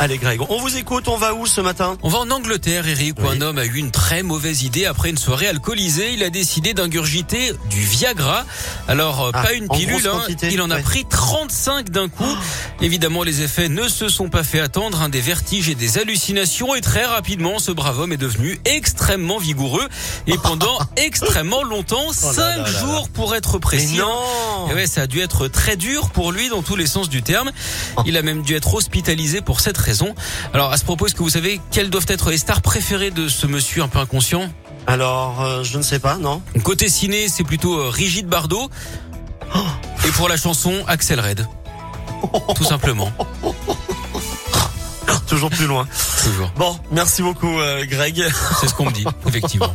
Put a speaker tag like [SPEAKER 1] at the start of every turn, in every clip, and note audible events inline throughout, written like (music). [SPEAKER 1] Allez Greg, on vous écoute, on va où ce matin
[SPEAKER 2] On va en Angleterre, Eric, où
[SPEAKER 1] Oui.
[SPEAKER 2] un homme a eu une très mauvaise idée après une soirée alcoolisée. Il a décidé d'ingurgiter du Viagra. Alors, euh,
[SPEAKER 1] Ah,
[SPEAKER 2] pas une
[SPEAKER 1] en
[SPEAKER 2] pilule,
[SPEAKER 1] grosse
[SPEAKER 2] hein.
[SPEAKER 1] quantité,
[SPEAKER 2] il en a
[SPEAKER 1] ouais. Oh.
[SPEAKER 2] pris 35 d'un coup. Évidemment, les effets ne se sont pas fait attendre. hein, des vertiges et des hallucinations. Et très rapidement, ce brave homme est devenu extrêmement vigoureux. Et
[SPEAKER 1] (laughs)
[SPEAKER 2] pendant extrêmement longtemps,
[SPEAKER 1] Oh là
[SPEAKER 2] 5
[SPEAKER 1] là là là.
[SPEAKER 2] jours pour être précis.
[SPEAKER 1] non
[SPEAKER 2] Et ouais, ça a dû être très dur pour lui dans tous les sens du terme. Il a même dû être hospitalisé pour cette raison. Alors, à ce propos, est-ce que vous savez quelles doivent être les stars préférées de ce monsieur un peu inconscient
[SPEAKER 1] Alors, euh, je ne sais pas, non
[SPEAKER 2] Côté ciné, c'est plutôt euh, Brigitte Bardot. Et pour la chanson, Axel Red. Tout simplement.
[SPEAKER 1] Toujours plus loin.
[SPEAKER 2] Toujours.
[SPEAKER 1] Bon, merci beaucoup euh, Greg. (laughs)
[SPEAKER 2] C'est ce qu'on me dit, effectivement.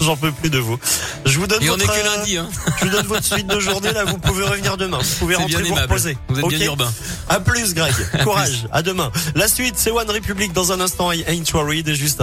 [SPEAKER 1] J'en peux plus de vous. Je vous donne
[SPEAKER 2] Et on
[SPEAKER 1] votre,
[SPEAKER 2] n'est que
[SPEAKER 1] euh,
[SPEAKER 2] lundi, hein.
[SPEAKER 1] je vous donne votre suite de journée là, vous pouvez revenir demain. Vous pouvez
[SPEAKER 2] C'est
[SPEAKER 1] rentrer
[SPEAKER 2] bien
[SPEAKER 1] vous
[SPEAKER 2] aimable.
[SPEAKER 1] reposer.
[SPEAKER 2] Vous êtes
[SPEAKER 1] Ok
[SPEAKER 2] bien urbain. (laughs)
[SPEAKER 1] À plus Greg. Courage, à demain. La suite c'est One Republic dans un instant I Ain't Worried et juste